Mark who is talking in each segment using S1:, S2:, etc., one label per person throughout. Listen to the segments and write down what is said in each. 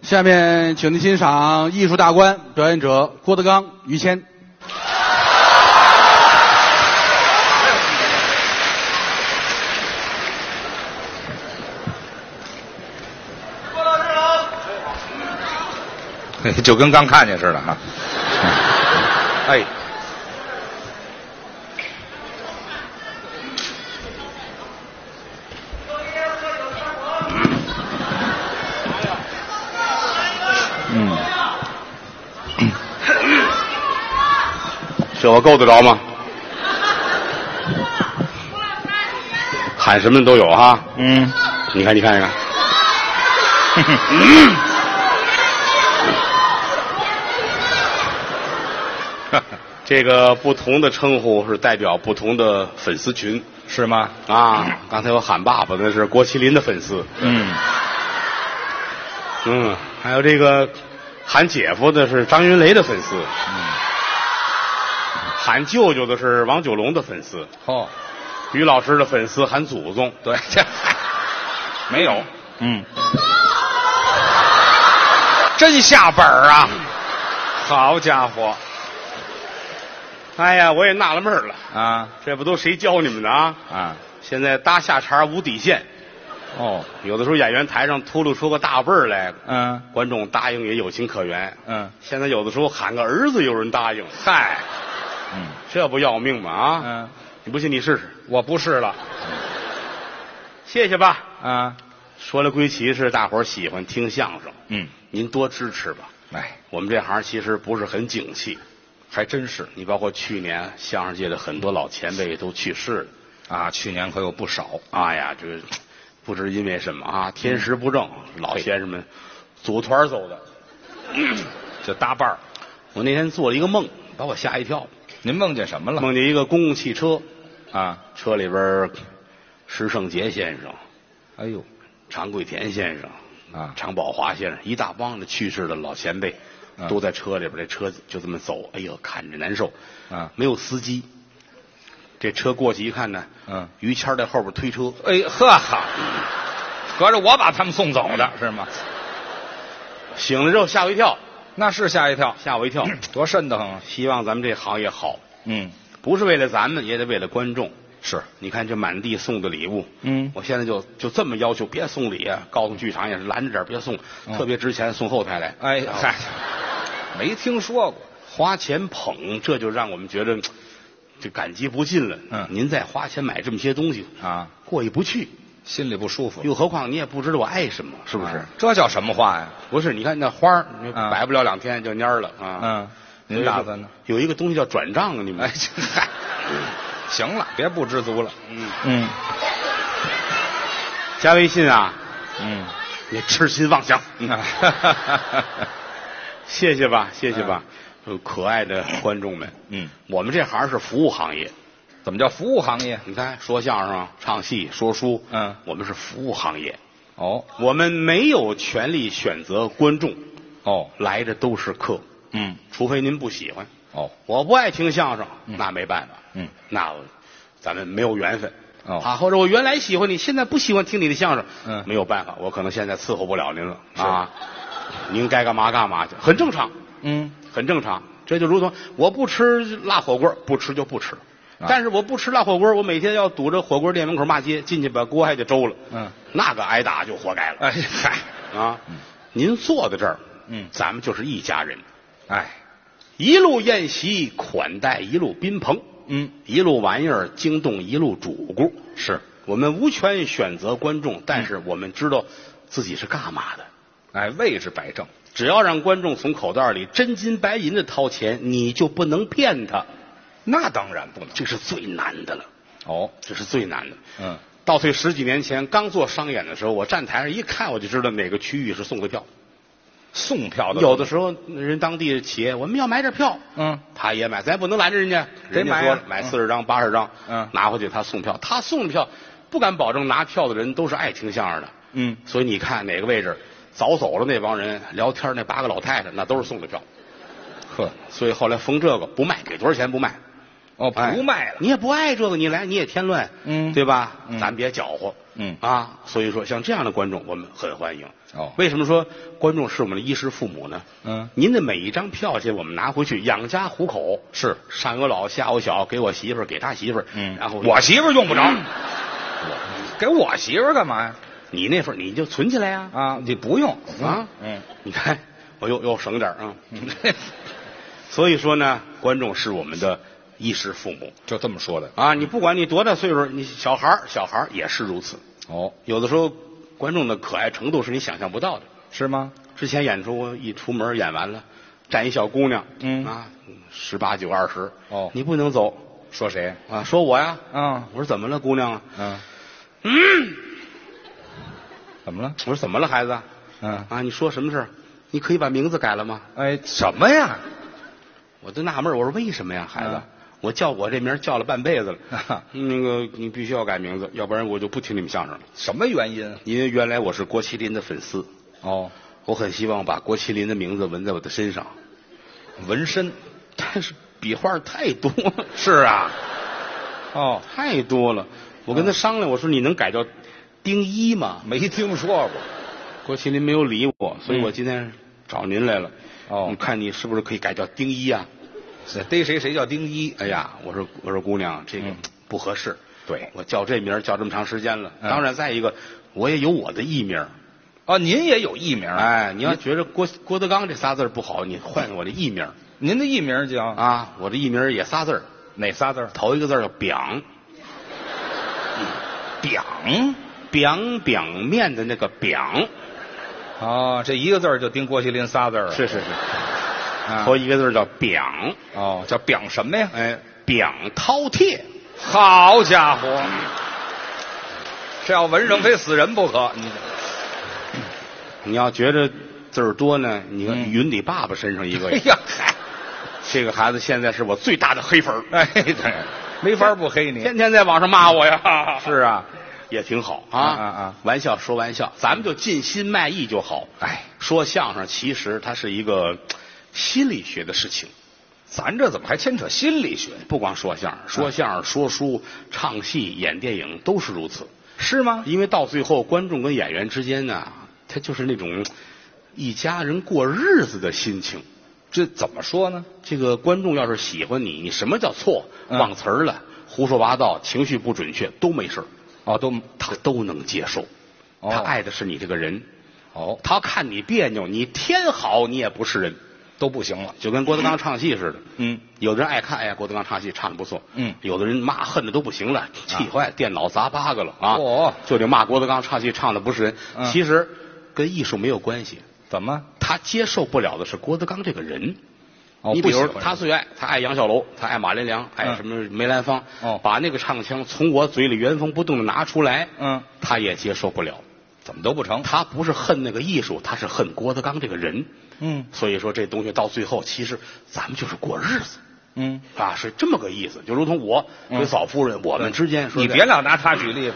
S1: 下面，请您欣赏艺术大观表演者郭德纲、于谦。
S2: 郭老师好，
S3: 就跟刚看见似的哈。哎，嗯，这我够得着吗？喊什么都有哈。
S4: 嗯，
S3: 你看，你看，你 看，这个不同的称呼是代表不同的粉丝群
S4: 是吗？
S3: 啊。刚才有喊爸爸的那是郭麒麟的粉丝，
S4: 嗯，
S3: 嗯，还有这个喊姐夫的是张云雷的粉丝，
S4: 嗯
S3: 喊舅舅的是王九龙的粉丝，
S4: 哦，
S3: 于老师的粉丝喊祖宗，
S4: 对，这没有，嗯，真下本儿啊！
S3: 嗯好家伙！哎呀，我也纳了闷儿了，
S4: 啊
S3: 这不都谁教你们的啊？
S4: 啊，
S3: 现在搭下茬儿无底线，
S4: 哦，
S3: 有的时候演员台上秃噜出个大辈儿来，
S4: 嗯
S3: 观众答应也有情可原。
S4: 嗯
S3: 现在有的时候喊个儿子，有人答应，嗨，
S4: 嗯
S3: 这不要命吗？啊，
S4: 嗯，
S3: 你不信你试试，
S4: 我不是了
S3: 谢谢吧。
S4: 啊，
S3: 说来归齐是大伙儿喜欢听相声，
S4: 嗯，
S3: 您多支持吧。
S4: 哎，
S3: 我们这行其实不是很景气，
S4: 还真是
S3: 你包括去年相声界的很多老前辈都去世了。
S4: 啊，去年可有不少，
S3: 哎呀，这个不知因为什么啊，天时不正，老先生们组团走的。
S4: 就搭伴儿。
S3: 我那天做了一个梦，把我吓一跳，
S4: 您梦见什么了？
S3: 梦见一个公共汽车，
S4: 啊，
S3: 车里边儿石胜杰先生、
S4: 哎呦，
S3: 常贵田先生
S4: 啊
S3: 常宝华先生，一大帮的去世的老前辈。
S4: 嗯
S3: 都在车里边，这车就这么走，哎呦，看着难受。
S4: 啊
S3: 没有司机，这车过去一看呢，
S4: 嗯
S3: 于谦儿在后边推车，
S4: 哎呵哈，合着我把他们送走的是吗？
S3: 醒了之后吓我一跳，
S4: 那是吓一跳，
S3: 吓我一跳。
S4: 多瘆得慌啊！
S3: 希望咱们这行业好，
S4: 嗯，
S3: 不是为了咱们，也得为了观众。
S4: 是，
S3: 你看这满地送的礼物，
S4: 嗯
S3: 我现在就就这么要求，别送礼啊！告诉剧场也是拦着点儿，别送，
S4: 嗯
S3: 特别值钱送后台来。
S4: 哎
S3: 然后
S4: 嗨，没听说过。
S3: 花钱捧，这就让我们觉得这感激不尽了。
S4: 嗯
S3: 您再花钱买这么些东西
S4: 啊，
S3: 过意不去。
S4: 心里不舒服，
S3: 又何况你也不知道我爱什么，是
S4: 是
S3: 不是？
S4: 这叫什么话呀？
S3: 不是，你看那花儿，那
S4: 啊
S3: 摆不了两天就蔫儿了啊。
S4: 嗯，您打算呢？
S3: 有一个？有一个东西叫转账啊，你们
S4: 哎，这嗨，行了，别不知足了。
S3: 嗯
S4: 嗯
S3: 加微信啊，
S4: 嗯，
S3: 你痴心妄想。 谢谢吧，谢谢吧，呃可爱的观众们。
S4: 嗯，
S3: 我们这行是服务行业，
S4: 怎么叫服务行业？
S3: 你看说相声、唱戏、说书，
S4: 嗯
S3: 我们是服务行业，
S4: 哦
S3: 我们没有权利选择观众，
S4: 哦，
S3: 来的都是客，
S4: 嗯
S3: 除非您不喜欢。
S4: 哦
S3: 我不爱听相声，
S4: 嗯
S3: 那没办法，
S4: 嗯，
S3: 那我咱们没有缘分。
S4: 哦
S3: 啊，或者我原来喜欢你，现在不喜欢听你的相声，
S4: 嗯
S3: 没有办法，我可能现在伺候不了您了
S4: 是
S3: 啊，您该干嘛干嘛去，很正常。
S4: 嗯，
S3: 很正常。这就如同我不吃辣火锅，不吃就不吃。
S4: 啊
S3: 但是我不吃辣火锅，我每天要堵着火锅店门口骂街，进去把锅还得周了。
S4: 嗯，
S3: 那个挨打就活该了。
S4: 哎嗨，
S3: 啊，您坐在这儿，
S4: 嗯
S3: 咱们就是一家人，
S4: 哎
S3: 一路宴席款待，一路宾朋，
S4: 嗯
S3: 一路玩意儿惊动一路主顾。
S4: 是，嗯
S3: 我们无权选择观众，但是我们知道自己是干嘛的。
S4: 哎位置摆正，
S3: 只要让观众从口袋里真金白银的掏钱，你就不能骗他。
S4: 那当然不能。
S3: 这是最难的了，
S4: 哦
S3: 这是最难的。
S4: 嗯，
S3: 倒退十几年前，刚做商演的时候，我站台上一看，我就知道哪个区域是送的票。
S4: 送票的
S3: 有的时候人当地的企业，我们要买点票，
S4: 嗯
S3: 他也买，咱也不能拦着人家，
S4: 得
S3: 人家
S4: 买
S3: 说
S4: 啊
S3: 了买
S4: 嗯
S3: 四十张、八十张，
S4: 嗯
S3: 拿回去他送票，他送的票不敢保证拿票的人都是爱听相声的，
S4: 嗯
S3: 所以你看哪个位置早走了那帮人聊天那八个老太太，那都是送的票，
S4: 呵
S3: 所以后来封这个不卖，给多少钱不卖，
S4: 哦
S3: 哎
S4: 不卖了
S3: 你也不爱这个，你来你也添乱，
S4: 嗯
S3: 对吧？
S4: 嗯
S3: 咱别搅和，
S4: 嗯
S3: 啊，所以说像这样的观众我们很欢迎。
S4: 哦
S3: 为什么说观众是我们的衣食父母呢？
S4: 嗯
S3: 您的每一张票钱我们拿回去养家糊口，
S4: 是
S3: 上有老下有小，给我媳妇儿给他媳妇儿，
S4: 嗯，
S3: 然后嗯
S4: 我媳妇儿用不着，我给我媳妇儿干嘛呀？
S3: 你那份儿你就存起来呀、
S4: 啊，你不用
S3: 啊
S4: 嗯，
S3: 你看，我又又省点儿啊。所以说呢，观众是我们的衣食父母
S4: 就这么说的。
S3: 啊。你不管你多大岁数，你小孩儿小孩儿也是如此。
S4: 哦，
S3: 有的时候，观众的可爱程度是你想象不到的。
S4: 是吗？
S3: 之前演出，我一出门演完了，站一小姑娘，
S4: 嗯
S3: 啊，十八九二十，
S4: 哦
S3: 你不能走
S4: 说谁？
S3: 啊，说我呀，
S4: 啊，
S3: 我说怎么了，姑娘啊？
S4: 嗯，怎么了？
S3: 我说怎么了，孩子？
S4: 嗯，
S3: 啊，你说什么事儿？你可以把名字改了吗？
S4: 哎，什么呀？
S3: 我就纳闷儿，我说为什么呀，孩子？
S4: 嗯
S3: 我叫我这名儿叫了半辈子了，
S4: 啊
S3: 那个你必须要改名字，要不然我就不听你们相声了。
S4: 什么原因？
S3: 因为原来我是郭麒麟的粉丝，
S4: 哦，
S3: 我很希望把郭麒麟的名字纹在我的身上，
S4: 纹身。
S3: 但是笔画太多了，
S4: 是啊。哦，
S3: 太多了。我跟他商量，我说你能改叫丁一吗？
S4: 没听说过。
S3: 郭麒麟没有理我，所以我今天找您来了。
S4: 哦
S3: 你看你是不是可以改叫丁一啊？
S4: 这逮谁谁叫丁一？
S3: 哎呀，我说我说姑娘，这个
S4: 嗯
S3: 不合适。
S4: 对
S3: 我叫这名儿叫这么长时间了。
S4: 嗯
S3: 当然，再一个，我也有我的艺名儿。
S4: 哦，您也有艺名？
S3: 哎，你要觉得郭郭德纲这仨字儿不好，你换我的艺名儿
S4: 您的艺名叫
S3: 啊。我的艺名儿也仨字儿，
S4: 哪仨字儿？
S3: 头一个字儿叫嗯表，
S4: 表。
S3: 嗯表表面的那个表，
S4: 哦，这一个字儿就盯郭麒麟仨字儿了。
S3: 是是是。
S4: 啊
S3: 头一个字儿叫表，
S4: 哦，叫表什么呀？
S3: 哎，表饕餮。
S4: 好家伙，这要纹上非死人不可。你
S3: 你要觉得字儿多呢，你看
S4: 嗯
S3: 云你爸爸身上一
S4: 这
S3: 个
S4: 哎，呀，嗨，
S3: 这个孩子现在是我最大的黑粉儿。
S4: 哎，对，没法不黑你。
S3: 天天在网上骂我呀，
S4: 是啊，
S3: 也挺好啊
S4: 啊啊啊！
S3: 玩笑说玩笑，咱们就尽心卖艺就好。
S4: 哎，
S3: 说相声其实它是一个心理学的事情，
S4: 咱这怎么还牵扯心理学？
S3: 不光说相
S4: 嗯
S3: 声，说相声、说书、唱戏、演电影都是如此。
S4: 是吗？
S3: 因为到最后，观众跟演员之间呢，他就是那种一家人过日子的心情。
S4: 这怎么说呢？
S3: 这个观众要是喜欢你，你什么叫错？
S4: 嗯
S3: 忘词儿了，胡说八道，情绪不准确都没事儿
S4: 哦，都
S3: 他都能接受。
S4: 哦
S3: 他爱的是你这个人，
S4: 哦
S3: 他看你别扭，你天好你也不是人，
S4: 都不行了。
S3: 就跟郭德纲唱戏似的。
S4: 嗯，
S3: 有的人爱看，哎呀，郭德纲唱戏唱的不错。
S4: 嗯啊
S3: 有的人骂恨的都不行了，气坏，电脑砸八个了啊！
S4: 哦
S3: 就得骂郭德纲唱戏唱的不是人。
S4: 嗯
S3: 其实跟艺术没有关系，
S4: 怎么？
S3: 他接受不了的是郭德纲这个人。
S4: 哦，
S3: 你比
S4: 不喜
S3: 如
S4: 欢嗯
S3: 他最爱，他爱杨小楼，他爱马连良，爱什么梅兰芳。
S4: 哦
S3: 把那个唱腔从我嘴里原封不动的拿出来，
S4: 嗯，
S3: 他也接受不了。
S4: 怎么都不成。
S3: 他不是恨那个艺术，他是恨郭德纲这个人。
S4: 嗯
S3: 所以说这东西到最后，其实咱们就是过日子
S4: 嗯，
S3: 啊，是这么个意思。就如同我
S4: 嗯
S3: 跟嫂夫人，我们之间说
S4: 你
S3: 这
S4: 别老拿他举例子，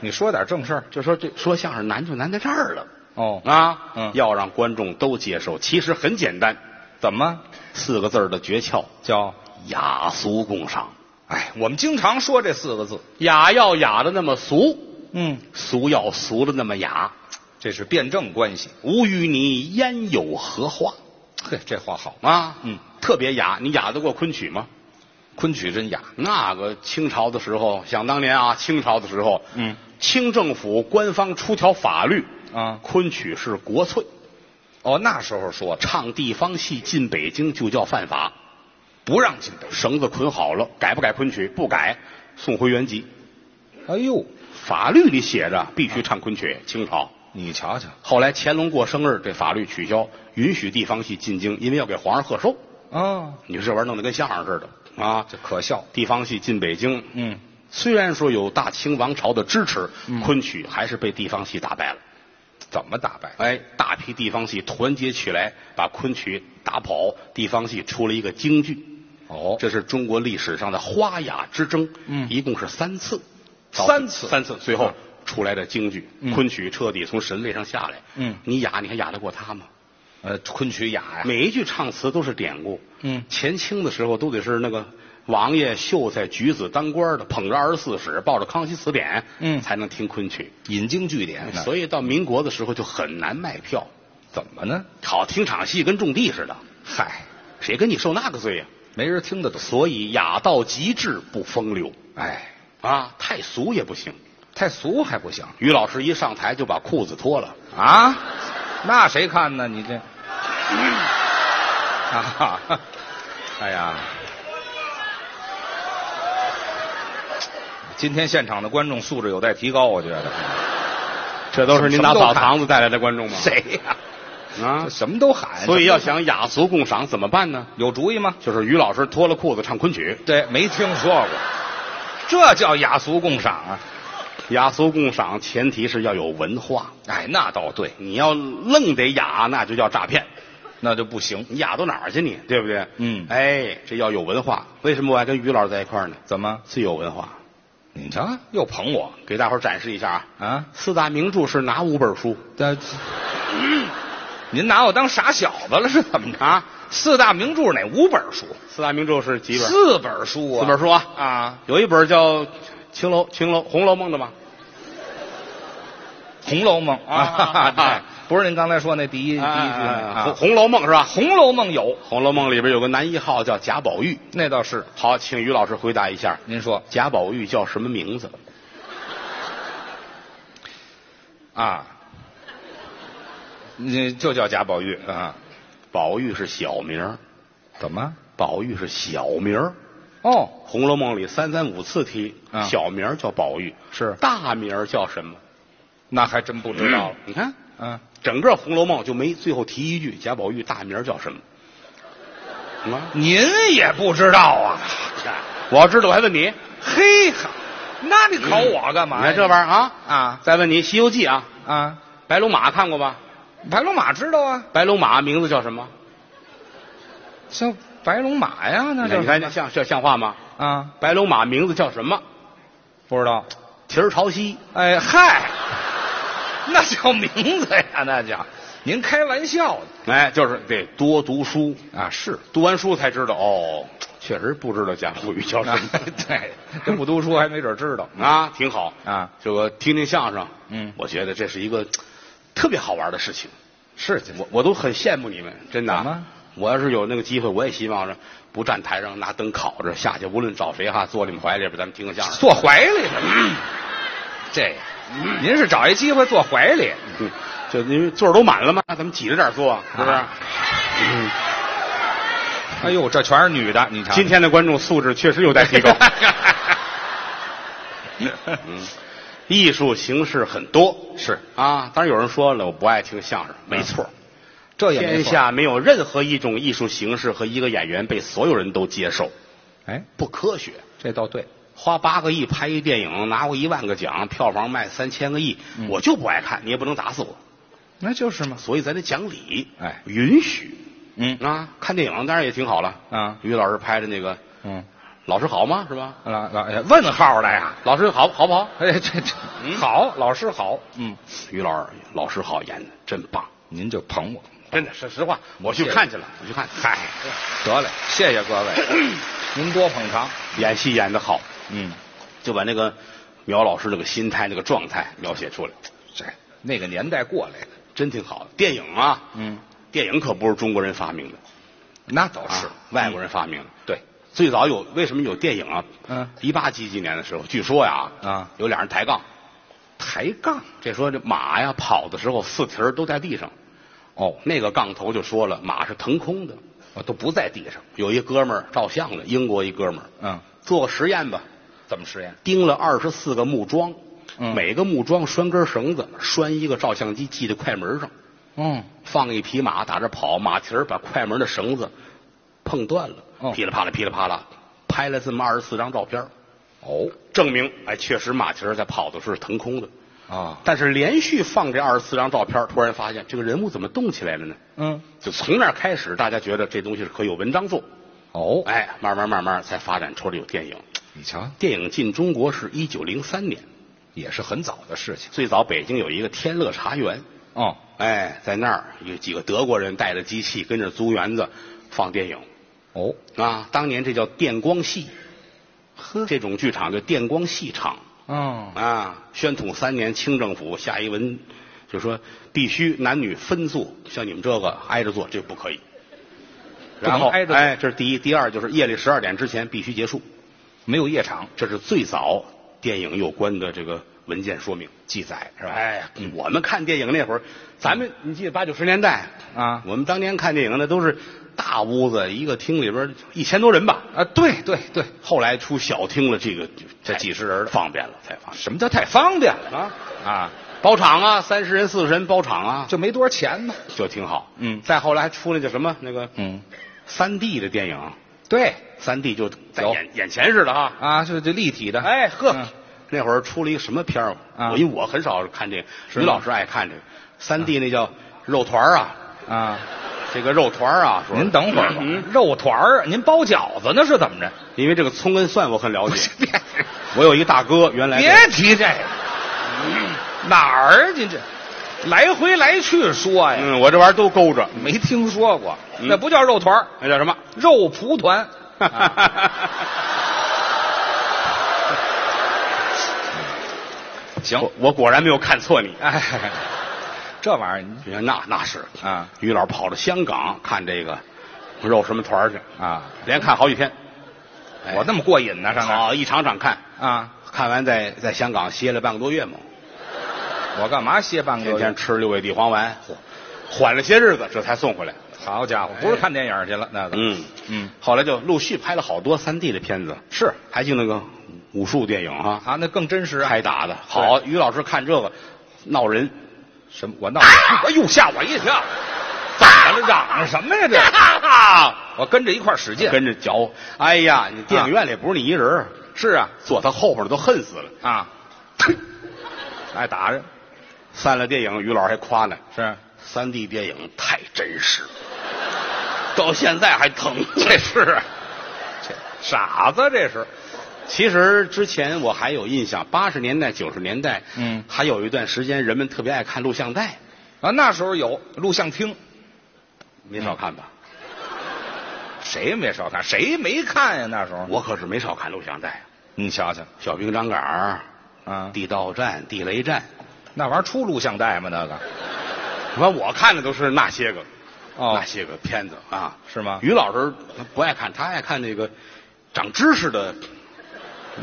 S4: 你说点正事儿。
S3: 就说这说相声难就难在这儿了
S4: 哦，
S3: 啊，
S4: 嗯
S3: 要让观众都接受，其实很简单，
S4: 怎么
S3: 四个字儿的诀窍：
S4: 叫？
S3: 雅俗共赏。
S4: 哎，我们经常说这四个字。
S3: 雅要雅的那么俗，
S4: 嗯，
S3: 俗要俗的那么雅。
S4: 这是辩证关系。
S3: 吾与你焉有何话
S4: 嘿，这话好，
S3: 啊？
S4: 嗯，
S3: 特别雅，你雅得过昆曲吗？
S4: 昆曲真雅。
S3: 那个清朝的时候，想当年啊，清朝的时候，
S4: 嗯，
S3: 清政府官方出条法律，
S4: 啊，
S3: 昆曲是国粹，
S4: 哦，那时候说的
S3: 唱地方戏进北京就叫犯法，
S4: 不让进北。
S3: 绳子捆好了，改不改昆曲？不改，送回原籍。
S4: 哎呦，
S3: 法律里写着必须唱昆
S4: 啊
S3: 曲，清朝。
S4: 你瞧瞧
S3: 后来乾隆过生日，这法律取消，允许地方戏进京，因为要给皇上贺寿。
S4: 啊，
S3: 你说这玩意儿弄得跟相声似的啊！
S4: 这可笑。
S3: 地方戏进北京，
S4: 嗯，
S3: 虽然说有大清王朝的支持，
S4: 嗯
S3: 昆曲还是被地方戏打败了。
S4: 怎么打败？
S3: 哎，大批地方戏团结起来，把昆曲打跑，地方戏出了一个京剧，
S4: 哦，
S3: 这是中国历史上的花雅之争。
S4: 嗯
S3: 一共是三次，
S4: 三次
S3: 三次，最
S4: 啊
S3: 后出来的京剧，
S4: 嗯
S3: 昆曲彻底从神位上下来。
S4: 嗯
S3: 你雅，你还雅得过他吗？
S4: 呃，昆曲雅呀。
S3: 每一句唱词都是典故。
S4: 嗯
S3: 前清的时候都得是那个王爷、秀才、举子、当官的，捧着二十四史，抱着《康熙词典》，
S1: 嗯
S3: 才能听昆曲。
S4: 引经据典，
S3: 哎所以到民国的时候就很难卖票，
S4: 怎么呢？
S3: 好听场戏跟种地似的，
S4: 嗨，
S3: 谁跟你受那个罪呀、
S4: 没人听得懂。
S3: 所以雅到极致不风流
S4: 哎，
S3: 啊，太俗也不行。
S4: 太俗还不行
S3: 于老师一上台就把裤子脱了，
S4: 啊？那谁看呢？你这，
S3: 嗯
S4: 啊哈，哎呀，今天现场的观众素质有待提高，我觉得。
S3: 啊这都是您拿
S4: 什么都
S3: 澡
S4: 看
S3: 堂子带来的观 众吗？
S4: 谁呀、
S3: 啊
S4: 这？什么都喊，
S3: 所以要
S4: 什
S3: 想雅俗共赏怎么办呢？
S4: 么都有主意吗？
S3: 就是于老师脱了裤子唱昆曲，
S4: 对，没听说过，这叫雅俗共赏啊！
S3: 雅俗共赏前提是要有文化。
S4: 哎，那倒对，
S3: 你要愣得雅，那就叫诈骗。
S4: 那就不行。
S3: 你雅到哪儿去你？对不对？
S4: 嗯
S3: 哎，这要有文化。为什么我爱跟于老师在一块儿呢？
S4: 怎么？
S3: 最有文化，
S4: 你瞧，又捧我
S3: 给大伙儿展示一下啊！
S4: 啊？
S3: 四大名著是哪五本书
S4: 这，嗯您拿我当傻小子了是怎么着？
S3: 啊？
S4: 四大名著哪五本书？
S3: 四大名著是几本？
S4: 四本书啊！
S3: 四本书啊！
S4: 啊，
S3: 有一本叫《青楼》，《青楼》《红楼梦》的吧？
S4: 《红楼梦》
S3: 啊啊啊
S4: 啊， 对，不是您刚才说那第一第一句
S3: 啊红
S4: 啊，《
S3: 红楼梦》是吧？
S4: 红楼梦》有，
S3: 《红楼梦》里边有个男一号叫贾宝玉。
S4: 那倒是。
S3: 好，请于老师回答一下，
S4: 您说
S3: 贾宝玉叫什么名字？
S4: 啊，你就叫贾宝玉啊？
S3: 宝玉是小名儿，
S4: 怎么？
S3: 宝玉是小名儿。
S4: 哦，
S3: 《红楼梦》里三三五次提，
S4: 啊
S3: 小名儿叫宝玉，
S4: 是
S3: 大名儿叫什么？
S4: 那还真不知道了。
S3: 哦你看，
S4: 嗯，
S3: 整个《红楼梦》就没最后提一句贾宝玉大名儿叫什么。啊，
S4: 您也不知道啊？
S3: 我要知道我还问你，
S4: 嘿哈，那你考我干嘛
S3: 嗯你
S4: 呀？
S3: 看这玩意儿啊
S4: 啊
S3: 再问你《西游记》啊，
S4: 啊，
S3: 白龙马看过吧？
S4: 白龙马知道啊，
S3: 白龙马名字叫什么？
S4: 像白龙马呀，那
S3: 你
S4: 叫
S3: 看，你看像像像话吗？
S4: 啊，
S3: 白龙马名字叫什么？
S4: 不知道。
S3: 蹄儿朝西。
S4: 哎嗨，那叫名字呀，那叫。您开玩笑呢
S3: 哎，就是得多读书，
S4: 啊？是，
S3: 读完书才知道哦，确实不知道贾宝玉叫什
S4: 啊
S3: 么。
S4: 对， 这不读书还没准知道
S3: 啊，挺好
S4: 啊。
S3: 这个听听相声，
S4: 嗯
S3: 我觉得这是一个特别好玩的事情，
S4: 是，
S3: 我我都很羡慕你们，真的
S4: 怎么
S3: 啊。我要是有那个机会，我也希望着不站台上拿灯烤着下去，无论找谁哈，坐你们怀里边，咱们听个相声。
S4: 坐怀里了。这，您是找一机会坐怀里？
S3: 嗯，就因为座儿都满了嘛，咱们挤着点坐，是不是？
S4: 啊哎呦，这全是女的，你瞧
S3: 今天的观众素质确实有待 提高。嗯，艺术形式很多
S4: 是嗯
S3: 啊，当然有人说了，我不爱听相声，没错儿。
S4: 这也没
S3: 天
S4: 错。
S3: 下没有任何一种艺术形式和一个演员被所有人都接受，
S4: 哎，
S3: 不科学。
S4: 这倒对，
S3: 花八个亿拍一电影，拿过一万个奖，票房卖三千个亿，
S4: 嗯
S3: 我就不爱看，你也不能打死我。
S4: 那就是嘛。
S3: 所以咱得讲理，
S4: 哎
S3: 允许
S4: 嗯
S3: 啊。看电影当然也挺好了
S4: 啊
S3: 于老师拍的那个《
S4: 嗯，
S3: 老师好吗》是吧？
S4: 老老哎问号的呀。
S3: 老师好好不好？
S4: 哎，这这
S3: 嗯
S4: 好，老师好。嗯，
S3: 于老师，老师好演的真棒，
S4: 您就捧我。
S3: 真的是实话，我去
S4: 谢谢
S3: 看去了，我去看。嗨，
S4: 得嘞，谢谢各位，您多捧场。
S3: 演戏演的好，
S4: 嗯，
S3: 就把那个苗老师那个心态、那个状态描写出来，
S4: 这那个年代过来的。
S3: 真挺好的。电影啊，
S4: 嗯，
S3: 电影可不是中国人发明的，
S4: 那倒哦是
S3: 啊，外国人发明的。
S4: 对，
S3: 最早有为什么有电影啊？
S4: 嗯
S3: 一八几几年的时候，据说呀，
S4: 啊
S3: 有俩人抬杠，
S4: 抬杠。
S3: 这说这马呀跑的时候四蹄儿都在地上，
S4: 哦，
S3: 那个杠头就说了，马是腾空的。
S4: 我都不在地上。
S3: 有一哥们儿照相的，英国一哥们儿
S4: 嗯，
S3: 做个实验吧，
S4: 怎么实验？
S3: 钉了二十四个木桩，
S4: 嗯
S3: 每个木桩拴根绳子，拴一个照相机系在快门上，
S4: 嗯，
S3: 放一匹马打着跑，马蹄儿把快门的绳子碰断了，
S4: 哦
S3: 噼里啪啦噼里啪啦，拍了这么二十四张照片儿，
S4: 哦
S3: 证明哎，确实马蹄儿在跑的时候是腾空的。
S4: 啊，
S3: 但是连续放这二十四张照片儿，突然发现这个人物怎么动起来了呢？
S4: 嗯，
S3: 就从那儿开始，大家觉得这东西是可有文章做，
S4: 哦，
S3: 哎，慢慢慢慢才发展出来有电影。
S4: 你瞧，
S3: 电影进中国是一九零三年，
S4: 也是很早的事情。
S3: 最早北京有一个天乐茶园，
S4: 哦，
S3: 哎，在那儿有几个德国人带着机器跟着租园子放电影，
S4: 哦，
S3: 啊，当年这叫电光戏，
S4: 呵
S3: 这种剧场叫电光戏场
S4: 嗯，
S3: 啊。宣统三年，清政府下一文就说必须男女分坐，像你们这个挨着坐，这不可以。
S4: 不能
S3: 然后，
S4: 挨着坐
S3: 哎，这是第一，第二就是夜里十二点之前必须结束，
S4: 没有夜场，
S3: 这是最早电影有关的这个文件说明记载，是吧？
S4: 哎
S3: 嗯，我们看电影那会儿，咱们你记得八九十年代
S4: 啊
S3: 我们当年看电影那都是大屋子，一个厅里边一千多人吧。
S4: 啊，对对对，
S3: 后来出小厅了，这个就
S4: 哎
S3: 这几十人了，方便了，才方便
S4: 什么叫太方便了
S3: 啊！
S4: 啊？
S3: 包场啊，三十人、四十人包场啊，
S4: 就没多少钱嘛。
S3: 就挺好。
S4: 嗯
S3: 再后来还出那叫什么那个
S4: 嗯，
S3: 三 D 的电影，
S4: 对
S3: 三 D 就在
S4: 有
S3: 眼眼前似的啊。
S4: 啊，是这立体的。
S3: 哎呵，
S4: 嗯
S3: 那会儿出了一个什么片儿？
S4: 啊
S3: 我因为我很少看这个，
S4: 是
S3: 于
S4: 吗
S3: 老师爱看这个。三 D 那叫肉团儿啊，
S4: 啊，
S3: 这个肉团儿啊，说
S4: 您等会儿吧
S3: 嗯，
S4: 肉团儿，您包饺子呢是怎么着？
S3: 因为这个葱跟蒜我很了 解。我有一大哥，原来
S4: 别提这个，嗯哪儿啊您这来回来去说呀？
S3: 嗯，我这玩意儿都勾着，
S4: 没听说过，
S3: 嗯
S4: 那不叫肉团儿，
S3: 那叫什么？
S4: 肉蒲 团。啊行
S3: 我，我果然没有看错你。
S4: 哎，这玩意儿你
S3: 那那是
S4: 啊
S3: 于老跑到香港看这个肉什么团儿去，
S4: 啊，
S3: 连看好几天。哎
S4: 我那么过瘾呢，上哪
S3: 好一场场看，
S4: 啊？
S3: 看完在在香港歇了半个多月嘛，
S4: 我干嘛歇半个
S3: 天
S4: 月
S3: 天？吃六味地黄丸，嚯缓了些日子，这才送回来。
S4: 好家伙，不是看电影去了那个。
S3: 哎嗯
S4: 嗯，
S3: 后来就陆续拍了好多三 D 的片子，
S4: 是
S3: 还进那个武术电影啊，
S4: 啊，那更真实啊。
S3: 开打的。好，于老师看这个闹人，啊
S4: 什么？我闹你！哎呦，吓我一跳！怎么了？嚷什么 呀？这我跟着一块儿使劲。
S3: 跟着嚼。哎呀，你电影院里不是你一人儿，
S4: 是啊
S3: 坐他后边的都恨死了。
S4: 啊，爱打人
S3: 散了电影，于老师还夸呢，
S4: 是
S3: 三 D 电影太真实 了，到现在还疼。这
S4: 啊
S3: 是。
S4: 傻子，这是
S3: 其实之前我还有印象，八十年代、九十年代，
S4: 嗯
S3: 还有一段时间人们特别爱看录像带，
S4: 啊。那时候有录像厅，
S3: 没少看吧？
S4: 谁没少看？谁没看呀？那时候
S3: 我可是没少看录像带，
S4: 你瞧瞧
S3: 《小兵张杆儿》
S4: 啊，
S3: 《地道战》《地雷战
S4: 那玩意儿出录像带吗？那个》，
S3: 反正我看的都是那些个，
S4: 哦
S3: 那，些个片子啊。
S4: 是吗？
S3: 于老师他不爱看，他爱看那个长知识的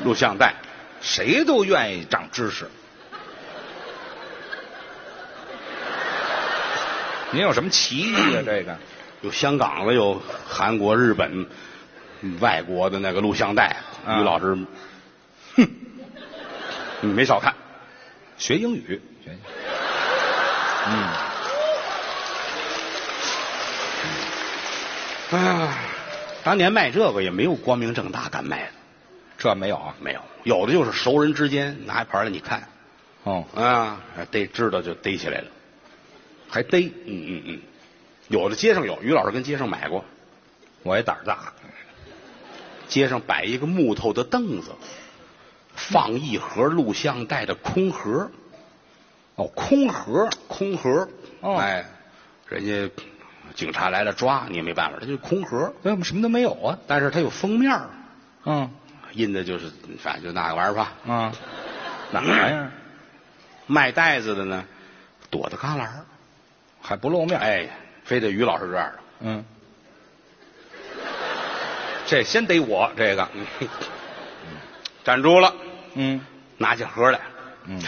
S3: 录像带。
S4: 谁都愿意长知识。您有什么奇遇啊？这 个
S3: 有香港的，有韩国、日本、嗯外国的那个录像带。
S4: 啊
S3: 于老师，哼，嗯没少看。
S4: 学英语，学英语嗯，
S3: 哎呀，当年卖这个也没有光明正大敢卖的，
S4: 这没有啊？
S3: 没有，有的就是熟人之间拿一盘来你看
S4: 哦，
S3: 啊，逮知道就逮起来了。
S4: 还逮，
S3: 嗯嗯嗯，有的街上有，于老师跟街上买过，
S4: 我也胆儿大。
S3: 街上摆一个木头的凳子，放一盒录像带的空盒，
S4: 哦，空盒，
S3: 空盒，
S4: 哦
S3: 哎，人家警察来了抓你也没办法，它就是空盒，
S4: 为什么什么都没有啊？
S3: 但是它有封面儿
S4: 嗯
S3: 印的就是反正就那个玩意儿吧。
S4: 啊，哎哪个玩意儿
S3: 卖袋子的呢，躲着旮旯儿，
S4: 还不露面？，
S3: 哎，非得于老师这样的。
S4: 嗯，这先逮我这个，
S3: 嗯站住了，
S4: 嗯
S3: 拿起盒来，
S4: 嗯，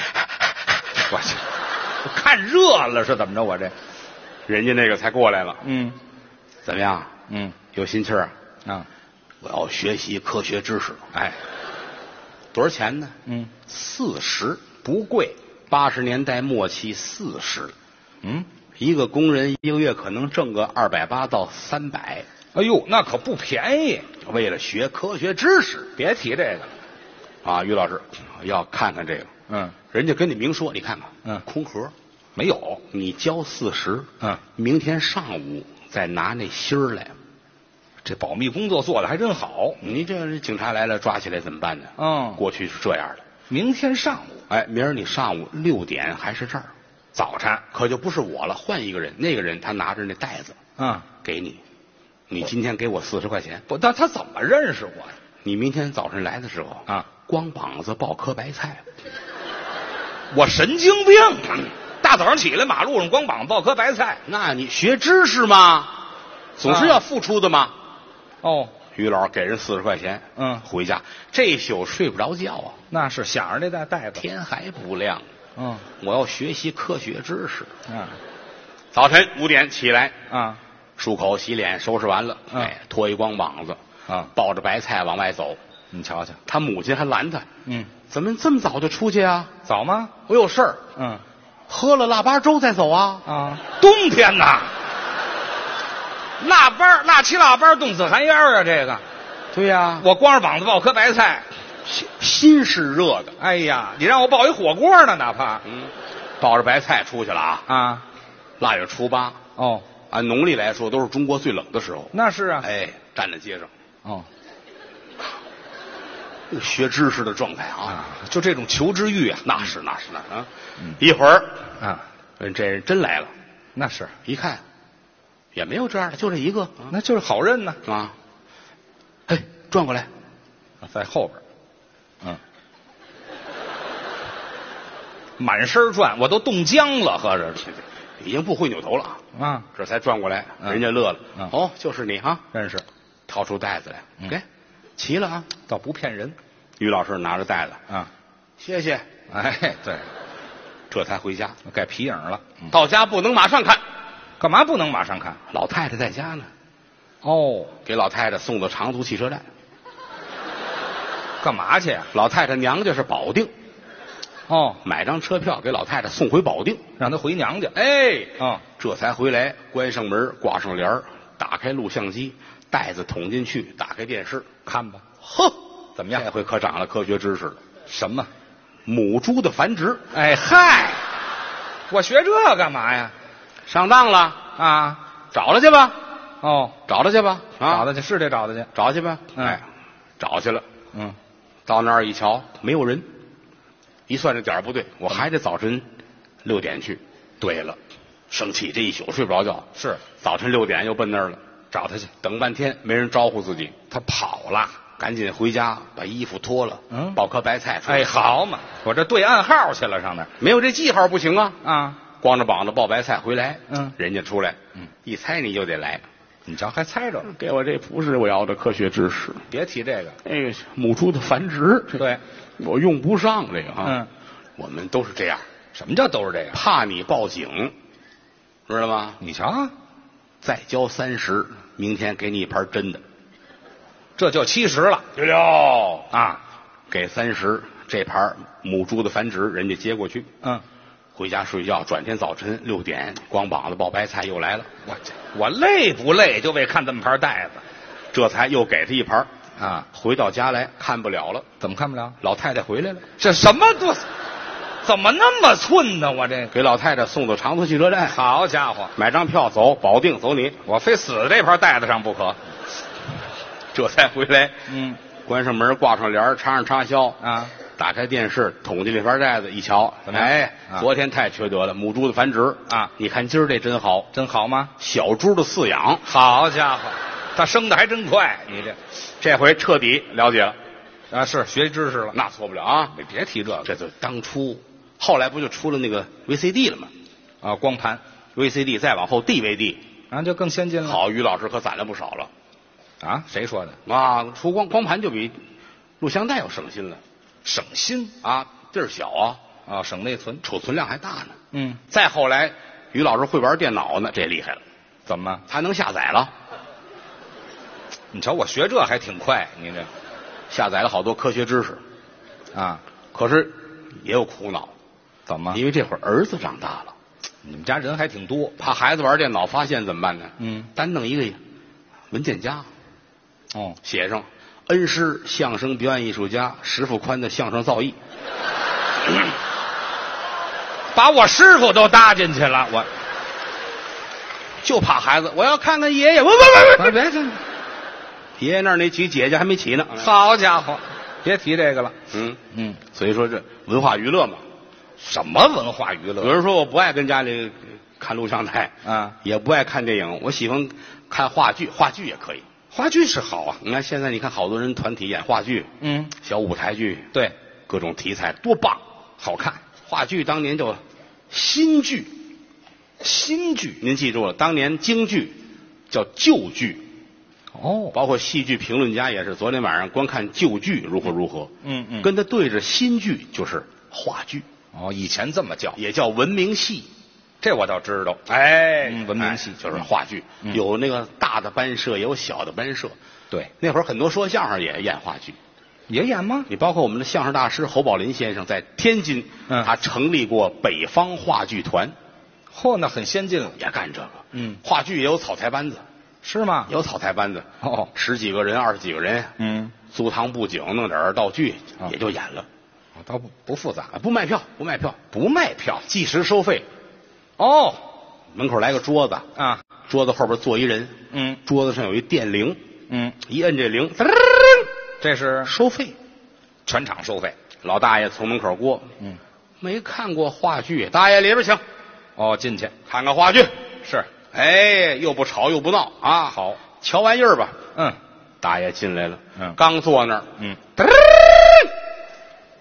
S4: 我去，我看热了是怎么着？我这，
S3: 人家那个才过来了。
S4: 嗯
S3: 怎么样？
S4: 嗯
S3: 有心气儿啊？
S4: 啊，
S3: 我要学习科学知识。
S4: 哎，
S3: 多少钱呢？
S4: 嗯
S3: 四十，不贵。八十年代末期，四十，
S4: 嗯，
S3: 一个工人一个月可能挣个二百八到三百。
S4: 哎呦，那可不便宜，
S3: 为了学科学知识
S4: 别提这个了。
S3: 啊，于老师要看看这个，
S4: 嗯，
S3: 人家跟你明说，你看看，
S4: 嗯
S3: 空盒，
S4: 没有，
S3: 你交四十，
S4: 嗯，
S3: 明天上午再拿那芯儿来。
S4: 这保密工作做的还真好。
S3: 你这警察来了抓起来怎么办呢？
S4: 嗯
S3: 过去是这样的，
S4: 明天上午
S3: 哎，明儿你上午六点还是这儿，
S4: 早晨，
S3: 可就不是我了，换一个人，那个人他拿着那袋子
S4: 啊，
S3: 给你，你今天给我四十块钱，
S4: 不，他他怎么认识我呀？
S3: 你明天早晨来的时候
S4: 啊，
S3: 光膀子抱颗白菜，
S4: 我神经病！啊大早上起来马路上光膀子抱颗白菜。
S3: 那你学知识嘛，总
S4: 啊
S3: 是要付出的嘛。
S4: 哦，
S3: 于老师给人四十块钱，
S4: 嗯
S3: 回家这一宿睡不着觉啊，
S4: 那是想着这袋袋子。
S3: 天还不亮，
S4: 嗯
S3: 我要学习科学知识。
S4: 啊
S3: 早晨五点起来，
S4: 啊
S3: 漱口、洗脸、收拾完了，
S4: 嗯
S3: 哎，脱一光膀子，
S4: 啊！
S3: 抱着白菜往外走。
S4: 你瞧瞧，
S3: 他母亲还拦他，
S4: 嗯，
S3: 怎么这么早就出去啊？
S4: 早吗？
S3: 我有事儿，
S4: 嗯
S3: 喝了腊八粥再走啊。
S4: 啊，
S3: 冬天呐，
S4: 腊八儿腊七腊八儿冻死寒烟儿啊！这个，
S3: 对呀、
S4: 我光着膀子抱颗白菜，
S3: 心心是热的，
S4: 哎呀，你让我抱一火锅呢，哪怕
S3: 嗯，抱着白菜出去了啊。
S4: 啊
S3: 腊月初八，
S4: 哦，
S3: 按农历来说都是中国最冷的时候。
S4: 那是啊，
S3: 哎，站在街上，
S4: 哦
S3: 这个学知识的状态啊，
S4: 啊，就这种求知欲啊
S3: 那是那是那是啊。
S4: 嗯
S3: 一会儿，
S4: 啊，
S3: 嗯这人真来了，
S4: 那是，
S3: 一看也没有这样的，就这一个
S4: 那就是好认呢，
S3: 啊。哎，转过来，
S4: 在后边儿，嗯，满身儿转，我都冻僵了，合着是
S3: 已经不会扭头了啊，
S4: 啊，
S3: 这才转过来，
S4: 嗯
S3: 人家乐了
S4: 嗯。
S3: 哦，就是你啊，
S4: 认识，
S3: 掏出袋子来
S4: 嗯，
S3: 给，齐了啊。
S4: 倒不骗人
S3: 于老师拿着袋子，
S4: 啊，
S3: 谢谢，
S4: 哎，对，
S3: 这才回家。
S4: 改皮影了，嗯
S3: 到家不能马上看，
S4: 干嘛不能马上看？
S3: 老太太在家呢，
S4: 哦，
S3: 给老太太送到长途汽车站。
S4: 干嘛去呀？啊
S3: 老太太娘家是保定，
S4: 哦，
S3: 买张车票给老太太送回保定。
S4: 让他回娘家。
S3: 哎，
S4: 哦，
S3: 这才回来，关上门，挂上帘儿，打开录像机，袋子捅进去，打开电视，
S4: 看吧，
S3: 呵，
S4: 怎么样
S3: 这回可长了科学知识了。
S4: 什么？
S3: 母猪的繁殖
S4: 哎嗨，我学这干嘛呀？
S3: 上当了，
S4: 啊，
S3: 找他去吧，
S4: 哦，
S3: 找他去吧，啊，
S4: 找他去，是得找他去。
S3: 找去吧。
S4: 嗯
S3: 哎，找去了，
S4: 嗯，
S3: 到那儿一瞧，没有人，一算这点儿不对，我还得早晨六点去。对了，生气这一宿睡不着觉，
S4: 是
S3: 早晨六点又奔那儿了，
S4: 找他去。
S3: 等半天没人招呼自己，他跑了，赶紧回家把衣服脱了，
S4: 嗯
S3: 抱颗白菜出来。
S4: 哎，，好嘛，我这对暗号去了，上那儿
S3: 没有这记号不行啊，
S4: 啊。
S3: 光着膀子抱白菜回来，
S4: 嗯
S3: 人家出来，
S4: 嗯，
S3: 一猜你就得来，
S4: 你瞧，还猜着了，
S3: 给我这不是我要的科学知识，
S4: 别提这个。
S3: 那个母猪的繁殖，
S4: 对，
S3: 我用不上这个啊，
S4: 嗯，
S3: 我们都是这样，
S4: 什么叫都是这样？
S3: 怕你报警，知道吗？
S4: 你瞧啊，
S3: 再交三十，明天给你一盘真的，
S4: 这就七十了
S3: 对了。
S4: 啊。
S3: 给三十，这盘母猪的繁殖人家接过去，
S4: 嗯，
S3: 回家睡觉。转天早晨六点，光膀子抱白菜又来了，
S4: 我这我累不累？就为看这么盘袋子
S3: 这才又给他一盘。
S4: 啊？
S3: 回到家来看不了了，
S4: 怎么看不了？
S3: 老太太回来了，
S4: 这什么都，怎么那么寸呢？我这个。
S3: 给老太太送到长途汽车站，
S4: 好家伙，
S3: 买张票走，保定走你，
S4: 我非死这盘袋子上不可。
S3: 这才回来。
S4: 嗯
S3: 关上门，挂上帘儿，插上插销，
S4: 啊，
S3: 打开电视，捅进这盘袋子一瞧，
S4: 怎么样
S3: 哎
S4: 啊，
S3: 昨天太缺德了，母猪的繁殖
S4: 啊
S3: 你看今儿这真好，
S4: 真好吗？
S3: 小猪的饲养，
S4: 好家伙，他生的还真快，你这
S3: 这回彻底了解了。
S4: 啊是学知识了。
S3: 那错不了啊！
S4: 你别提这个
S3: 这就当初，后来不就出了那个 VCD 了吗
S4: 啊，光盘，
S3: ？VCD 再往后 DVD，
S4: 然后就更先进了。
S3: 好，于老师可攒了不少了
S4: 啊，谁说的？
S3: 啊！出光光盘就比录像带要省心了
S4: 省心
S3: 啊，地儿小啊，
S4: 啊，省内存。
S3: 储存量还大呢。
S4: 嗯，
S3: 再后来，于老师会玩电脑呢，这厉害了，
S4: 怎么？
S3: 他能下载了，
S4: 你瞧我学这还挺快，你这
S3: 下载了好多科学知识。
S4: 啊，
S3: 可是也有苦恼，
S4: 怎么
S3: 因为这会儿儿子长大了，
S4: 你们家人还挺多
S3: 怕孩子玩电脑发现怎么办呢？
S4: 嗯
S3: 单弄一个文件夹。
S4: 哦，
S3: 写上恩师相声表演艺术家石富宽的相声造诣，
S4: 把我师傅都搭进去了。我
S3: 就怕孩子，我要看看爷爷。喂喂喂喂，
S4: 别去，
S3: 爷爷那儿那几姐姐还没起呢。
S4: 好家伙，别提这个了。
S3: 嗯，
S4: 嗯，
S3: 所以说这文化娱乐嘛，
S4: 什么文化娱乐？
S3: 有人说我不爱跟家里看录像带，
S4: 啊
S3: 也不爱看电影，我喜欢看话剧，话剧也可以。
S4: 话剧是好啊，
S3: 你看现在你看好多人团体演话剧，
S4: 嗯，
S3: 小舞台剧，
S4: 对，
S3: 各种题材多棒，好看。话剧当年就新剧，新剧，您记住了，当年京剧叫旧剧，
S4: 哦，
S3: 包括戏剧评论家也是，昨天晚上光看旧剧如何如何，
S4: 嗯嗯
S3: 跟他对着新剧就是话剧，
S4: 哦，以前这么叫，
S3: 也叫文明戏，
S4: 这我倒知道。
S3: 哎
S4: 嗯文明戏
S3: 就是话剧，
S4: 嗯
S3: 有那个大的班社，也有小的班社。
S4: 对，
S3: 那会儿很多说相声也演话剧，
S4: 也演吗？
S3: 你包括我们的相声大师侯宝林先生在天津，
S4: 嗯
S3: 他成立过北方话剧团，
S4: 嚯，那很先进了，
S3: 也干这个。
S4: 嗯
S3: 话剧也有草台班子，
S4: 是吗
S3: 也？有草台班子，
S4: 哦，
S3: 十几个人、二十几个人，
S4: 嗯，
S3: 租堂布景，弄点儿道具
S4: 啊，
S3: 也就演了。
S4: 我倒不不复杂，
S3: 啊，不卖票，不卖票，
S4: 不卖票。
S3: 计时收费，
S4: 哦，
S3: 门口来个桌子，
S4: 啊，
S3: 桌子后边坐一人，
S4: 嗯
S3: 桌子上有一电铃，
S4: 嗯，
S3: 一摁这铃，噔
S4: 这是
S3: 收费。
S4: 全场收费。
S3: 老大爷从门口过，
S4: 嗯，
S3: 没看过话剧，大爷里边请，
S4: 哦，进去
S3: 看看话剧。
S4: 是，
S3: 哎，又不吵又不闹啊，
S4: 好，
S3: 瞧玩意儿吧。
S4: 嗯
S3: 大爷进来了，
S4: 嗯
S3: 刚坐那儿，
S4: 嗯，
S3: 噔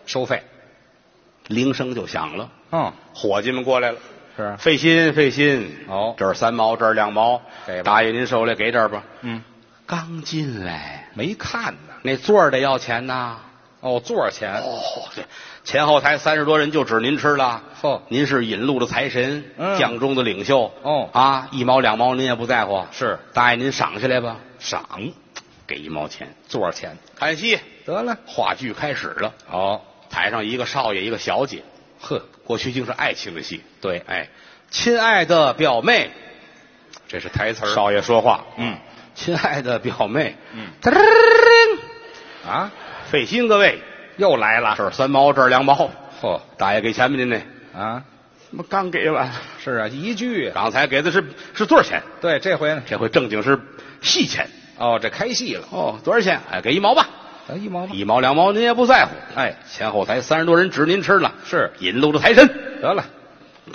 S4: 收费。
S3: 铃声就响了，
S4: 嗯，
S3: 伙计们过来了。
S4: 是啊
S3: 费心费心，
S4: 哦
S3: 这儿三毛，这儿两毛，
S4: 给吧
S3: 大爷您受累，给点儿吧。
S4: 嗯，
S3: 刚进来，
S4: 没看呢。
S3: 那座儿得要钱呐。
S4: 哦，座儿钱。
S3: 哦，对，前后台三十多人就指您吃了。
S4: 嚯
S3: 您是引路的财神，
S4: 嗯
S3: 将中的领袖。
S4: 哦
S3: 啊，一毛两毛您也不在乎。
S4: 是
S3: 大爷您赏下来吧，
S4: 赏
S3: 给一毛钱。
S4: 座儿钱。
S3: 看戏，
S4: 得了，
S3: 话剧开始了，
S4: 哦，
S3: 台上一个少爷，一个小姐，
S4: 呵，
S3: 过去竟是爱情的戏。
S4: 对，
S3: 哎，亲爱的表妹，
S4: 这是台词儿。
S3: 少爷说话，
S4: 嗯，
S3: 亲爱的表妹，
S4: 嗯
S3: 噔儿，
S4: 啊，
S3: 费心各位，
S4: 又来了。
S3: 这儿三毛，这儿两毛，
S4: 嚯
S3: 大爷给钱吧您呢？
S4: 啊，
S3: 我刚给完，
S4: 是啊，一句啊。
S3: 刚才给的是是多少钱？
S4: 对，这回呢，
S3: 这回正经是戏钱
S4: 哦，这开戏了，
S3: 哦，多少钱？哎，给一毛吧，
S4: 咱一毛吧。
S3: 一毛两毛您也不在乎，
S4: 哎，
S3: 前后台三十多人指您吃了，
S4: 是
S3: 引路的财神，
S4: 得了，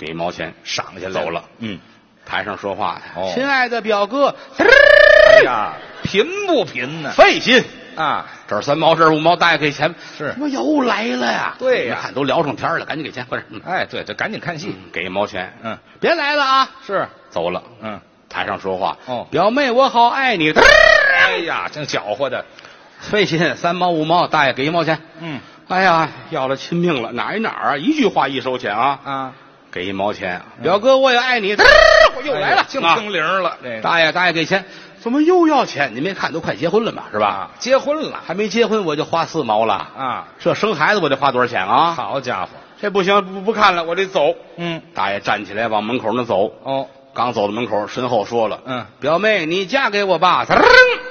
S3: 给一毛钱赏下
S4: 走
S3: 走
S4: 了
S3: 了。。
S4: 嗯，
S3: 台上说话呀，
S4: 哦
S3: 亲爱的表哥，噔
S4: 哎
S3: 儿
S4: 呀，贫不贫呢？
S3: 费心。
S4: 啊，
S3: 这儿三毛，这儿五毛，大爷给钱
S4: 是
S3: 怎么又来了呀？
S4: 对呀
S3: 你看都聊上天儿了，赶紧给钱，快点，嗯
S4: 哎，对，就赶紧看戏。
S3: 给一毛钱，
S4: 嗯，
S3: 别来了啊，
S4: 是，
S3: 走了。
S4: 嗯，
S3: 台上说话，
S4: 哦
S3: 表妹，我好爱你。
S4: 哎呀，真搅和的。
S3: 费心，三毛五毛，大爷给一毛钱。
S4: 嗯
S3: 哎呀，要了亲命了，哪儿一哪儿啊？一句话一收钱啊，
S4: 啊，
S3: 给一毛钱。啊表哥，我也爱你。我又来
S4: 哎
S3: 了
S4: 呀，净
S3: 啊
S4: 听铃儿了。这
S3: 大爷，大爷给钱，怎么又要钱？你没看都快结婚了嘛，是吧？
S4: 啊，结婚了
S3: 还没结婚我就花四毛了，
S4: 啊，
S3: 这生孩子我得花多少钱啊？
S4: 好家伙，
S3: 这不行，不不看了，我得走。
S4: 嗯，
S3: 大爷站起来往门口那走，
S4: 哦，
S3: 刚走到门口，身后说了：“
S4: 嗯，
S3: 表妹，你嫁给我吧。”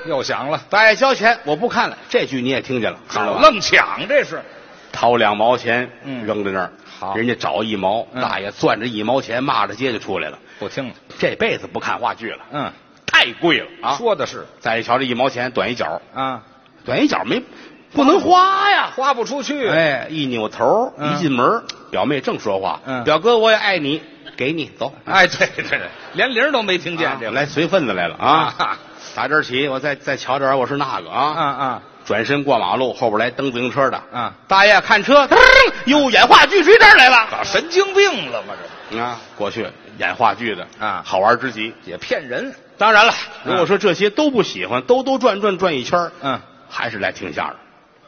S4: 又响了，
S3: 大爷交钱，我不看了。这句你也听见了，知道吧？
S4: 愣抢，这是
S3: 掏两毛钱，
S4: 嗯
S3: 扔在那儿，
S4: 好
S3: 人家找一毛，
S4: 嗯
S3: 大爷攥着一毛钱，骂着街就出来了。
S4: 不听了。
S3: 这辈子不看话剧了，
S4: 嗯，
S3: 太贵了啊！
S4: 说的是
S3: 再一瞧，这一毛钱短一角，
S4: 啊，
S3: 短一角没不能花呀。
S4: 花不出去。
S3: 哎，一扭头，
S4: 嗯
S3: 一进门，表妹正说话，
S4: 嗯
S3: 表哥我也爱你，给你走。
S4: 哎，对对对，连铃儿都没听见，这
S3: 啊
S4: 个
S3: 来随份子来了啊！打这儿起，我再再瞧点儿，我是那个
S4: 啊
S3: 啊！
S4: 啊
S3: 转身过马路，后边来蹬自行车的，
S4: 啊！
S3: 大爷看车，噔哟，演话剧谁这儿来了？
S4: 神经病了吗？这
S3: 啊，过去演话剧的
S4: 啊
S3: 好玩之极。
S4: 也骗人。
S3: 当然了，
S4: 嗯
S3: 如果说这些都不喜欢，兜兜转转转一圈儿，
S4: 嗯，
S3: 还是来听相声，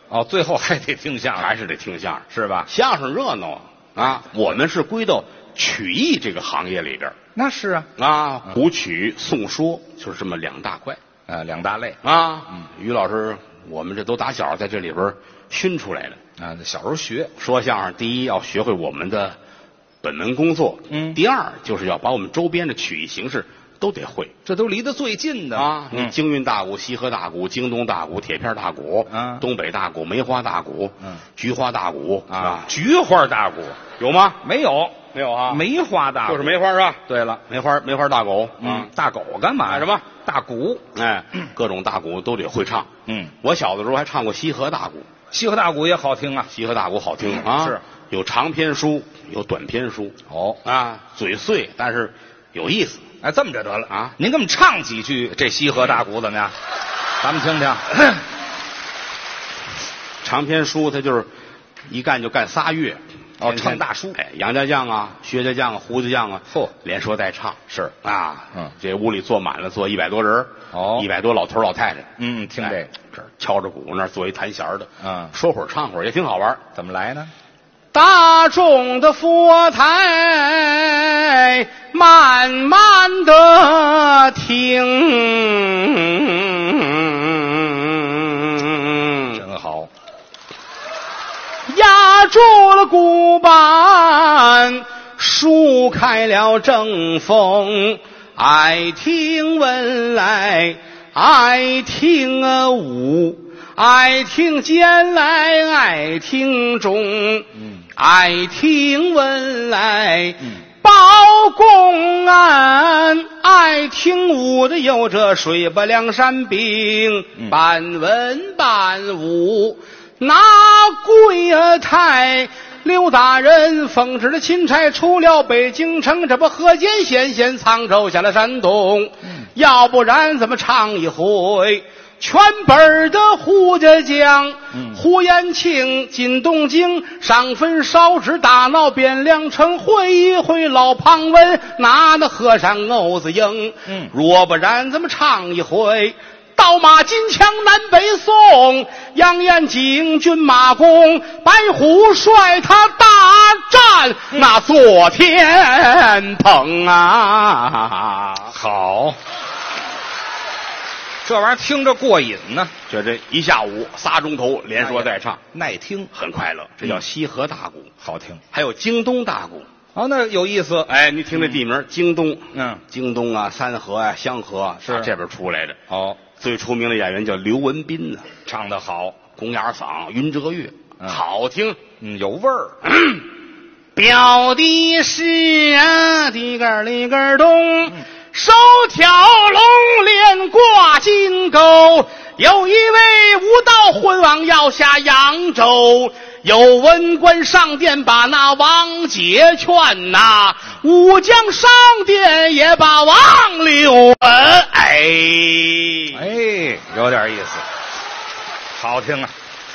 S4: 哦，最后还得听相
S3: 还
S4: 声，
S3: 是得听相声。
S4: 是吧？
S3: 相声热闹啊啊，我们是归到曲艺这个行业里边儿
S4: 那是啊，
S3: 啊，古曲、宋说就是这么两大块
S4: 呃，两大类
S3: 啊。于老师，我们这都打小在这里边儿熏出来的。
S4: 啊，小时候学，
S3: 说相声，第一要学会我们的本门工作，
S4: 嗯
S3: 第二就是要把我们周边的曲艺形式都得会
S4: 这都离得最近的
S3: 啊。你
S4: 嗯，
S3: 京韵大鼓、西河大鼓、京东大鼓、铁片大鼓，
S4: 啊
S3: 东北大鼓、梅花大鼓，
S4: 嗯
S3: 菊花大鼓
S4: 啊，菊花大鼓
S3: 有吗？
S4: 没有？
S3: 没有啊，
S4: 梅啊花大鼓
S3: 就是。梅花是吧？
S4: 对了，
S3: 梅花梅花大鼓啊
S4: 嗯，，大狗干嘛呀？
S3: 干什么
S4: 大鼓？
S3: 哎，各种大鼓都得会唱。
S4: 嗯，
S3: 我小的时候还唱过西河大鼓，
S4: 西河大鼓也好听啊。
S3: 西河大鼓好听
S4: 嗯
S3: 啊，
S4: 是
S3: 有长篇书，有短篇书，
S4: 哦，
S3: 啊，嘴碎，但是有意思。
S4: 哎，这么着得了
S3: 啊
S4: 您给我们唱几句这西河大鼓怎么样？咱们听听。
S3: 长篇书他就是一干就干仨月，
S4: 哦
S3: 天天
S4: 唱大书
S3: 哎，杨家将啊，薛家将啊，胡家将啊，
S4: 嚯
S3: 连说带唱
S4: 是
S3: 啊，
S4: 嗯
S3: 这屋里坐满了，坐一百多人儿
S4: 哦
S3: 一百多老头老太太，
S4: 嗯听这个
S3: 哎这儿敲着鼓，那儿坐一弹弦儿的，
S4: 嗯
S3: 说会儿唱会儿也挺好玩儿。
S4: 怎么来呢？
S3: 大众的佛台慢慢的停，
S4: 真好，
S3: 压住了鼓板，舒开了正风。爱听文来，爱听啊武，爱听剑来，爱听钟，
S4: 嗯
S3: 爱听文来。包公案，爱听武的有这水泊梁山兵，半文半武。拿贵啊太刘大人奉旨的钦差出了北京城，这不河间险险沧州下了山东，要不然怎么唱一回？全本儿的胡家将、
S4: 嗯
S3: 胡延庆进东京，上坟烧纸打闹汴梁城，会一会老胖温拿那和尚欧子英。
S4: 嗯
S3: 若不然咱们唱一回。刀马金枪南北宋，杨延景军马公，白虎率他大战
S4: 嗯
S3: 那坐天棚啊！
S4: 好，这玩意儿听着过瘾呢，
S3: 就这一下午，仨钟头
S4: 哎
S3: 连说带唱，
S4: 耐听，
S3: 很快乐。这叫西河大鼓，
S4: 好听。
S3: 还有京东大鼓。
S4: 哦，那有意思。
S3: 哎，你听这地名，京东，
S4: 嗯，
S3: 京东啊，三河啊，香河啊，
S4: 是
S3: 打这边出来的。
S4: 哦，
S3: 最出名的演员叫刘文斌呢，
S4: 唱的好，
S3: 公鸭嗓，云遮月，
S4: 嗯
S3: 好听。
S4: 嗯，有味儿。
S3: 表弟是啊，的个儿里个儿咚，
S4: 嗯
S3: 手挑龙脸挂金钩。有一位无道昏王要下扬州，有文官上殿把那王杰劝呐、武将上殿也把王六文哎
S4: 哎，有点意思，好听啊。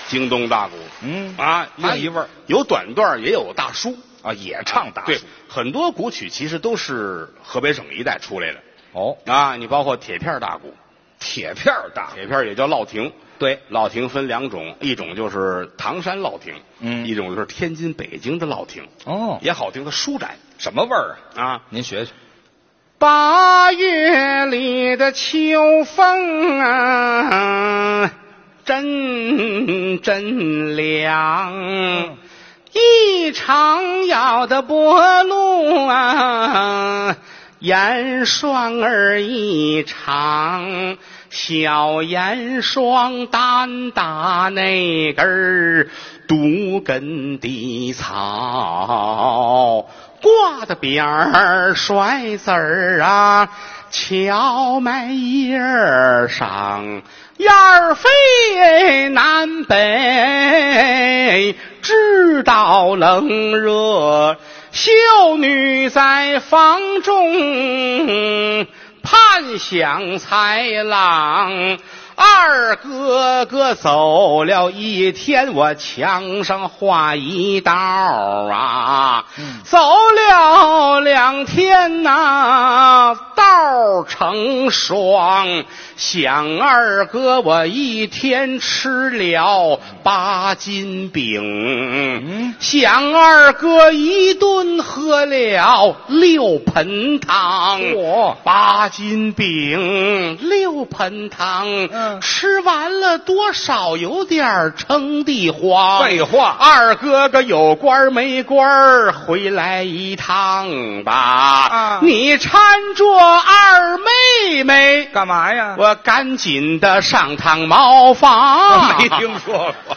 S3: 京东大鼓
S4: 嗯
S3: 啊，
S4: 另一味儿
S3: 有短段也有大书。
S4: 啊，也唱大
S3: 对
S4: 书。，
S3: 很多古曲其实都是河北省一带出来的。
S4: 哦，
S3: 啊，你包括铁片大鼓，
S4: 铁片儿大。
S3: 铁片也叫烙亭。
S4: 对，
S3: 烙亭分两种，一种就是唐山烙亭，
S4: 嗯
S3: 一种就是天津、北京的烙亭，
S4: 哦，
S3: 也好听，它舒展
S4: 什么味儿啊？
S3: 啊。
S4: 您学学。
S3: 八月里的秋风啊，真真凉。一场咬的薄露啊，严霜儿一场。小严霜单打那根儿独根的草，挂的边儿甩子儿啊，荞麦叶儿上燕儿飞南北，知道冷热。秀女在房中盼想才郎。二哥哥走了一天，我墙上画一道啊。走了两天呐、道儿成双。想二哥，我一天吃了八斤饼。
S4: 嗯
S3: 想二哥一顿喝了六盆汤，
S4: 嚯
S3: 嗯八斤饼，六盆汤，
S4: 嗯
S3: 吃完了多少有点儿撑得慌。
S4: 废话
S3: 二哥哥有官儿没官儿，回来一趟吧。
S4: 啊
S3: 你搀着二妹
S4: 啊
S3: 妹，
S4: 干嘛呀？
S3: 我赶紧的上趟茅 房。
S4: 没听说过。